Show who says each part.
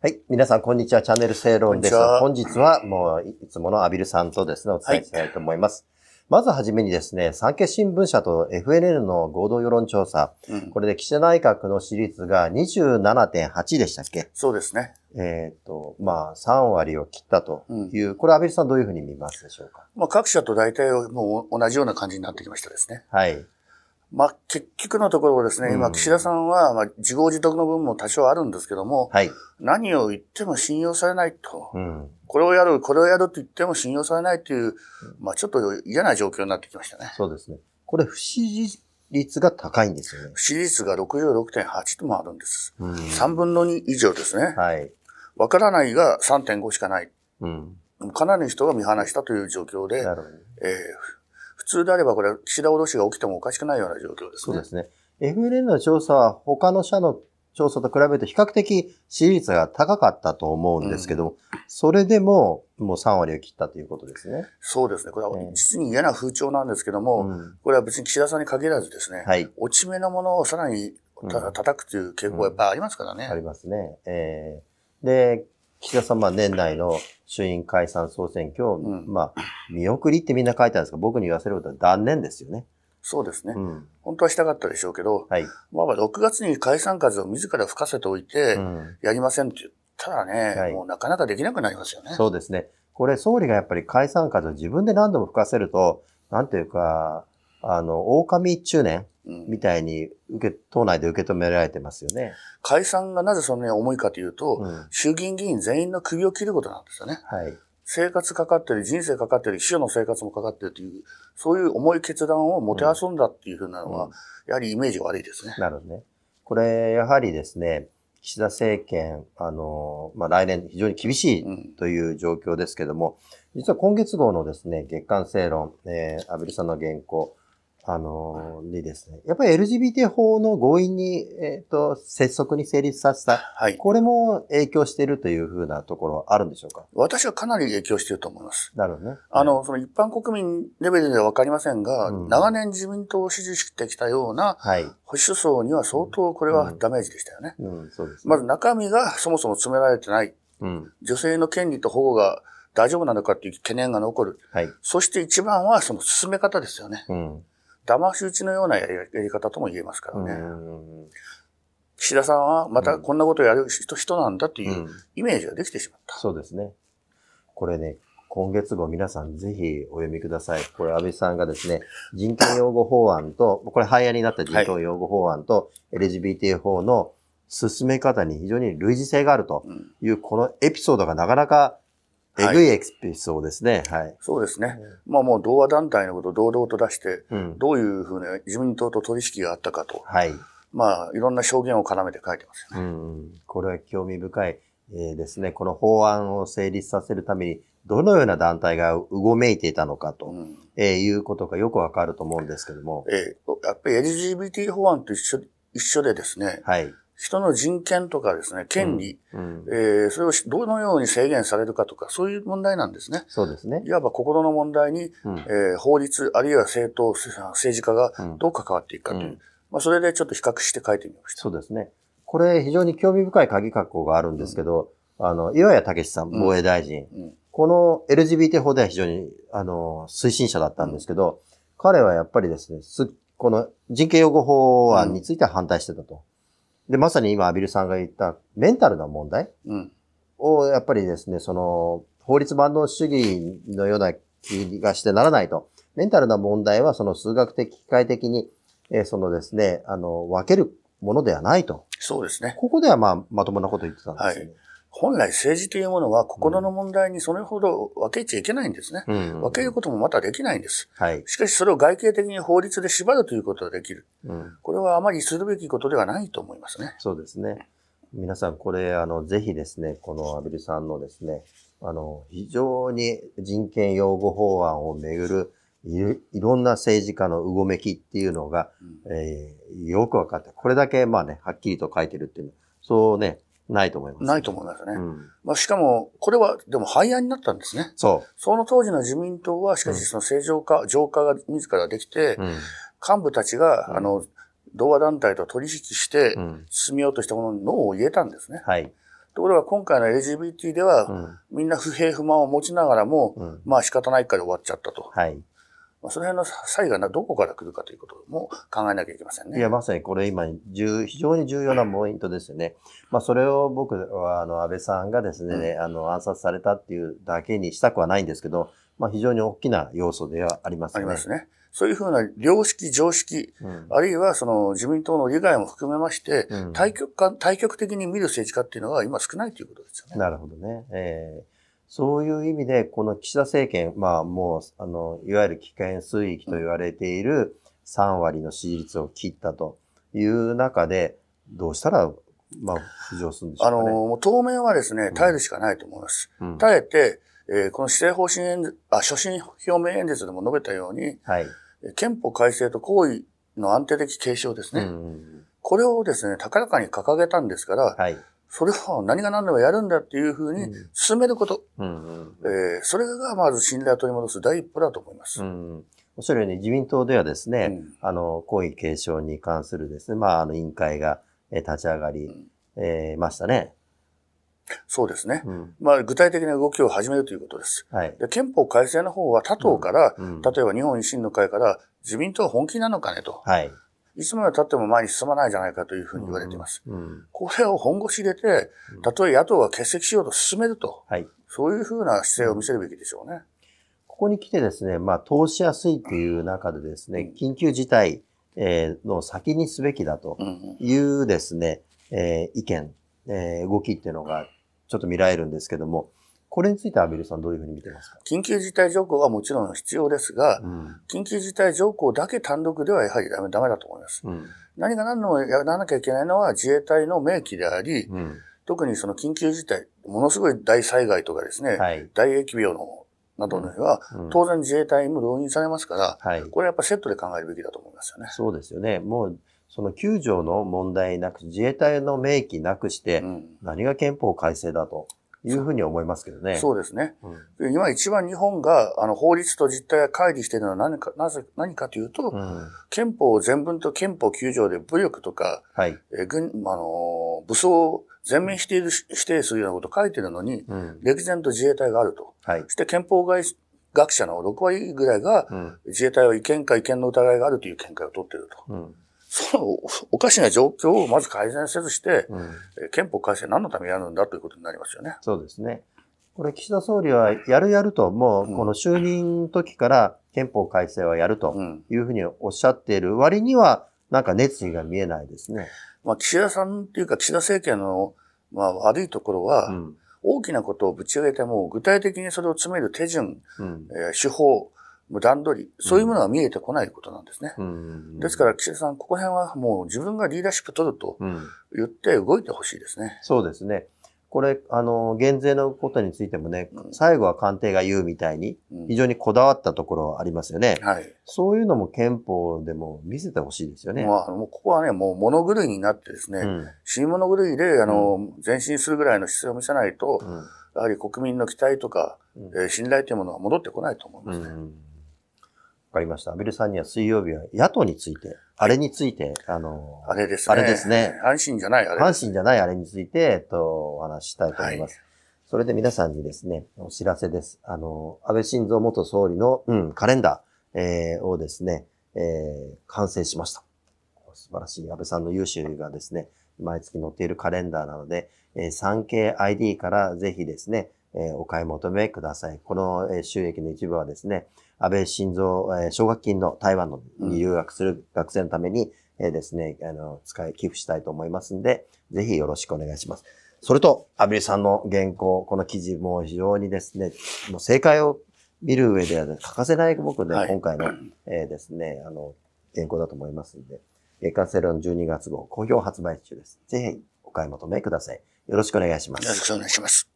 Speaker 1: はい。皆さん、こんにちは。チャンネル正論です。
Speaker 2: こ
Speaker 1: 本日は、もう、いつものアビルさんとですね、お伝えしたいと思います。まずはじめにですね、産経新聞社と FNN の合同世論調査。
Speaker 2: うん
Speaker 1: これで岸田内閣の支持率が27.8でしたっけ
Speaker 2: そうですね。
Speaker 1: えっ、と、まあ、3割を切ったと
Speaker 2: うん
Speaker 1: いう、これ、アビルさんどういうふうに見ますでしょうか
Speaker 2: まあ、各社と大体もう同じような感じになってきましたですね。
Speaker 1: はい。
Speaker 2: まあ、結局のところですね、
Speaker 1: う
Speaker 2: 今、
Speaker 1: ん
Speaker 2: 岸田さんは、まあ、自業自得の分も多少あるんですけども、
Speaker 1: はい。
Speaker 2: 何を言っても信用されないと。
Speaker 1: うん。
Speaker 2: これをやる、これをやると言っても信用されないという、まあ、ちょっと嫌な状況になってきましたね。
Speaker 1: そうですね。これ、不支持率が高いんですよね。
Speaker 2: 支持率が66.8ともあるんです。
Speaker 1: うん。
Speaker 2: 3分の2以上ですね。
Speaker 1: はい。
Speaker 2: わからないが3.5しかない。
Speaker 1: うん。
Speaker 2: かなりの人が見放したという状況で、
Speaker 1: なるほど。
Speaker 2: えー普通であればこれ、岸田脅しが起きてもおかしくないような状況です
Speaker 1: そう
Speaker 2: ね
Speaker 1: で。すね。FLN の調査は他の社の調査と比べると比較的支持率が高かったと思うんですけど、それでももう3割を切ったということですね。
Speaker 2: そうですね。これは
Speaker 1: ええ
Speaker 2: 実に嫌な風潮なんですけども、
Speaker 1: うん
Speaker 2: これは別に岸田さんに限らずですね、
Speaker 1: はい。
Speaker 2: 落ち目のものをさらにた
Speaker 1: うん
Speaker 2: 叩くという傾向はやっぱりありますからね。
Speaker 1: ありますね。えーで、岸田さんは年内の衆院解散総選挙を、
Speaker 2: うん
Speaker 1: まあ、見送りってみんな書いてあるんですが、僕に言わせることは断念ですよね。
Speaker 2: そうですね。
Speaker 1: うん。
Speaker 2: 本当はしたかったでしょうけど、
Speaker 1: はい。
Speaker 2: まあまあ6月に解散風を自ら吹かせておいて、
Speaker 1: うん
Speaker 2: やりませんって言ったらね、
Speaker 1: はい
Speaker 2: もうなかなかできなくなりますよね。
Speaker 1: そうですね。これ、総理がやっぱり解散風を自分で何度も吹かせると、なんていうか、あの、狼中年
Speaker 2: うん
Speaker 1: みたいに受け、党内で受け止められてますよね。
Speaker 2: 解散がなぜそんなに重いかというと、
Speaker 1: うん。は
Speaker 2: 衆議院議員全員の首を切ることなんですよね。
Speaker 1: い。
Speaker 2: 生活かかってる、人生かかってる、秘書の生活もかかってるという、そういう重い決断をもてあそんだっていうふうなのは、
Speaker 1: うん
Speaker 2: やはりイメージ悪いですね。
Speaker 1: なるほどね。これ、やはりですね、岸田政権、あの、まあ、来年非常に厳しい
Speaker 2: うん。
Speaker 1: という状況ですけども、実は今月号のですね、月刊正論、えー、安倍さんの原稿、あのーにですね、やっぱり LGBT 法の強引に、えっ、と、拙速に成立させた、
Speaker 2: はい。
Speaker 1: これも影響しているというふうなところはあるんでしょうか
Speaker 2: 私はかなり影響していると思います。
Speaker 1: なるほどね。
Speaker 2: あ、の、その一般国民レベルではわかりませんが、
Speaker 1: うん
Speaker 2: 長年自民党を支持してきたような
Speaker 1: はい。
Speaker 2: 保守層には相当これはダメージでしたよね。
Speaker 1: うん、そうです、
Speaker 2: まず、中身がそもそも詰められてない。
Speaker 1: うん。
Speaker 2: 女性の権利と保護が大丈夫なのかっていう懸念が残る。
Speaker 1: はい。
Speaker 2: そして一番はその進め方ですよね。
Speaker 1: うん。
Speaker 2: 騙し討ちのようなやりやり方とも言えますからね。
Speaker 1: うん
Speaker 2: 岸田さんはまたこんなことをやる人,、人なんだっていううんイメージができてしまった。
Speaker 1: そうですね。これね、今月号皆さんぜひお読みください。これ安倍さんがですね、人権擁護法案と、これ廃案になった人権擁護法案と、LGBT 法の進め方に非常に類似性があると
Speaker 2: うん
Speaker 1: いう、このエピソードがなかなかえぐいエピソードですね。はい。
Speaker 2: そうですね。まあもう同和団体のことを堂々と出して、
Speaker 1: うん。
Speaker 2: どういうふうな自民党と取引があったかと、
Speaker 1: はい。
Speaker 2: まあいろんな証言を絡めて書いてますよね。
Speaker 1: うん、これは興味深い、えーですね。この法案を成立させるために、どのような団体がうごめいていたのかと、
Speaker 2: うん
Speaker 1: えーいうことがよくわかると思うんですけども。
Speaker 2: ええやっぱり LGBT 法案と一緒一緒でですね、
Speaker 1: はい。
Speaker 2: 人の人権とかですね、権利、
Speaker 1: うん
Speaker 2: ええそれをしどのように制限されるかとか、そういう問題なんですね。
Speaker 1: そうですね
Speaker 2: い。わば心の問題に、
Speaker 1: うん
Speaker 2: ええ法律、あるいは政党、せ政治家が
Speaker 1: うん
Speaker 2: どう関わっていくかという、
Speaker 1: うん
Speaker 2: まあそれでちょっと比較して書いてみました。
Speaker 1: そうですね。これ非常に興味深い鍵格好があるんですけど、あの、岩谷武さん、
Speaker 2: うん
Speaker 1: 防衛大臣。
Speaker 2: うん
Speaker 1: この LGBT 法では非常に、あの、推進者だったんですけど、彼はやっぱりですね、すこの人権擁護法案については反対してたと。で、まさに今、アビルさんが言ったメンタルな問題
Speaker 2: うん。
Speaker 1: を、やっぱりですね、その、法律万能主義のような気がしてならないと。メンタルな問題は、その数学的、機械的に、えーそのですね、あの、分けるものではないと。
Speaker 2: そうですね。
Speaker 1: ここでは、まあ、まともなこと言ってたんですよね。
Speaker 2: 本来政治というものは心の問題にそれほど分けちゃいけないんですね。
Speaker 1: うんうん
Speaker 2: 分けることもまたできないんです。
Speaker 1: はい。
Speaker 2: しかしそれを外形的に法律で縛るということができる。
Speaker 1: うん
Speaker 2: これはあまりするべきことではないと思いますね。
Speaker 1: そうですね。皆さん、これ、あの、ぜひですね、このアビルさんのですね、あの、非常に人権擁護法案をめぐるい、いろんな政治家のうごめきっていうのが、
Speaker 2: うん
Speaker 1: えーよく分かって、これだけ、まあね、はっきりと書いてるっていうのは、そうね、ないと思います。
Speaker 2: ないと思いますね。
Speaker 1: うん。
Speaker 2: まあ、しかも、これは、でも廃案になったんですね。
Speaker 1: そ
Speaker 2: その当時の自民党は、しか
Speaker 1: うん
Speaker 2: しその正常化、浄化が自らできて、
Speaker 1: う。うん。
Speaker 2: 幹部たちが、
Speaker 1: うん
Speaker 2: あの、同和団体と取引して
Speaker 1: う、ん。
Speaker 2: 進めようとしたものにノーを言えたんですね。
Speaker 1: はい。
Speaker 2: ところが今回の LGBT では、みんな不平不満を持ちながらも、
Speaker 1: うん。うん。
Speaker 2: まあ仕方ないから終わっちゃったと。
Speaker 1: はい。
Speaker 2: まあ、その辺の差異がなどこから来るかということも考えなきゃいけませんね。
Speaker 1: いや、まさにこれ今、重非常に重要なポイントですよね。まあ、それを僕は、あの、安倍さんがですね、あの、暗殺されたっていうだけにしたくはないんですけど、まあ、非常に大きな要素ではあります
Speaker 2: あ
Speaker 1: ね。
Speaker 2: りますね。そういうふうな良識、常識、
Speaker 1: うん。
Speaker 2: あるいはその自民党の利害も含めまして、
Speaker 1: うん
Speaker 2: 対極か、対極的に見る政治家っていうのは今少ないということですよね。
Speaker 1: なるほどね。えーそういう意味で、この岸田政権、まあもう、あの、いわゆる危険水域と言われている3割の支持率を切ったという中で、どうしたら、まあ、浮上するんでしょ
Speaker 2: あ
Speaker 1: うか
Speaker 2: の、
Speaker 1: ね。
Speaker 2: もう当面はですね
Speaker 1: ん、
Speaker 2: 耐えるしかないと思います。
Speaker 1: あのうん、
Speaker 2: 耐えて、えーこの施政方針演説、あ、所信表明演説でも述べたように、
Speaker 1: はい。
Speaker 2: えー憲法改正と行為の安定的継承で
Speaker 1: う
Speaker 2: すね。
Speaker 1: んうん
Speaker 2: これをですね、高らかに掲げたんですから、
Speaker 1: はい。
Speaker 2: それを何が何でもやるんだっていうふうに
Speaker 1: うん
Speaker 2: 進めること、
Speaker 1: うんうん
Speaker 2: えーそれがまず信頼を取り戻す第一歩だと思います。
Speaker 1: うんおっしゃるように自民党ではですね、
Speaker 2: うん
Speaker 1: あの、皇位継承に関するですね、まあ、あの、委員会がえー立ち上がり、えーましたね。
Speaker 2: そうですね。
Speaker 1: うん
Speaker 2: まあ、具体的な動きを始めるということです。
Speaker 1: はい。
Speaker 2: で憲法改正の方は他党から、
Speaker 1: うん
Speaker 2: 例えば日本維新の会から、自民党は本気なのかねと。
Speaker 1: はい。
Speaker 2: いつまで経っても前に進まないじゃないかというふうに言われています。
Speaker 1: うん
Speaker 2: これを本腰入れて、たとえ野党が欠席しようと進めると、
Speaker 1: はい。
Speaker 2: そういうふうな姿勢を見せるべきでしょうね。
Speaker 1: ここに来てですね、まあ、通しやすいという中でですね、緊急事態えーの先にすべきだと
Speaker 2: うんうん
Speaker 1: いうですね、えー意見、えー動きっていうのがちょっと見られるんですけども、これについてアビルさんどういうふうに見てますか、
Speaker 2: 緊急事態条項はもちろん必要ですが、
Speaker 1: うん
Speaker 2: 緊急事態条項だけ単独ではやはりダメダメだと思います。
Speaker 1: うん
Speaker 2: 何が何でもやらなきゃいけないのは自衛隊の明記であり、
Speaker 1: うん
Speaker 2: 特にその緊急事態、ものすごい大災害とかですね、
Speaker 1: はい。
Speaker 2: 大疫病のなどの日は、
Speaker 1: うん
Speaker 2: 当然自衛隊も動員されますから、
Speaker 1: はい。
Speaker 2: これはやっぱセットで考えるべきだと思いますよね。
Speaker 1: そうですよね。もう、その9条の問題なく、自衛隊の明記なくして、
Speaker 2: うん
Speaker 1: 何が憲法改正だというふうに思いますけどね。
Speaker 2: そうですね。
Speaker 1: うん。
Speaker 2: 今一番日本があの法律と実態が乖離しているのは何か、なぜ、何かというと、
Speaker 1: うん。
Speaker 2: 憲法全文と憲法9条で武力とか、
Speaker 1: はい。
Speaker 2: えー軍、あのー武装を全面否定るし否定するようなこと書いてるのに、
Speaker 1: うん。
Speaker 2: 歴然と自衛隊があると。
Speaker 1: はい
Speaker 2: そ。して憲法外学者の6割ぐらいが、
Speaker 1: うん。
Speaker 2: 自衛隊は違憲か違憲の疑いがあるという見解を取っていると。
Speaker 1: うん。
Speaker 2: そのおおかしな状況をまず改善せずして、
Speaker 1: うん。
Speaker 2: えー憲法改正何のためにやるんだということになりますよね。
Speaker 1: そうですね。これ、岸田総理は、やるやると、もう、この就任の時から憲法改正はやる
Speaker 2: う
Speaker 1: と
Speaker 2: ん。
Speaker 1: いうふうにおっしゃっている割には、なんか熱意が見えないですね。
Speaker 2: まあ、岸田さんっていうか岸田政権の、まあ、悪いところは、
Speaker 1: うん。
Speaker 2: 大きなことをぶち上げても、具体的にそれを詰める手順、
Speaker 1: うん。
Speaker 2: えー手法、段取り、そういうものが見えてこないことなんですね。
Speaker 1: うん。
Speaker 2: ですから、岸田さん、ここら辺はもう自分がリーダーシップ取ると
Speaker 1: ら、うん。
Speaker 2: 言って動いてほしいですね。
Speaker 1: そうですね。これ、あの、減税のことについてもね、
Speaker 2: うん
Speaker 1: 最後は官邸が言うみたいに、
Speaker 2: うん
Speaker 1: 非常にこだわったところはありますよね。
Speaker 2: はい。
Speaker 1: そういうのも憲法でも見せてほしいですよね。
Speaker 2: まあ、もうここはね、もう物狂いになってですね、
Speaker 1: うん。
Speaker 2: 死に物狂いで、あの、前進するぐらいの姿勢を見せないと、
Speaker 1: うん
Speaker 2: やはり国民の期待とか、
Speaker 1: うん
Speaker 2: えー信頼というものは戻ってこないと思いま
Speaker 1: う
Speaker 2: す
Speaker 1: ん
Speaker 2: ね。
Speaker 1: わかりました。安倍さんには水曜日は野党について、あれについて、あの、
Speaker 2: あれですね。
Speaker 1: あれですね
Speaker 2: 安心じゃない、あれ。
Speaker 1: 阪神じゃないあれについて、えっと、お話ししたいと思います。
Speaker 2: は
Speaker 1: それで皆さんにですね、お知らせです。あの、安倍晋三元総理の、うん、カレンダー、えーをですね、えー完成しました。素晴らしい安倍さんの優秀がですね、毎月載っているカレンダーなので、えー 3KID からぜひですね、えーお買い求めください。この、えー収益の一部はですね、安倍晋三、えー奨学金の台湾のに留学する学生のために、えーですね、あの、使い、寄付したいと思いますんで、ぜひよろしくお願いします。それと、安倍さんの原稿、この記事も非常にですね、もう正解を見る上では欠かせない僕で、
Speaker 2: はい
Speaker 1: 今回の、えーですね、あの、原稿だと思いますんで、月刊セロン12月号、好評発売中です。ぜひお買い求めください。よろしくお願いしま
Speaker 2: よろ
Speaker 1: す
Speaker 2: し。くお願いします。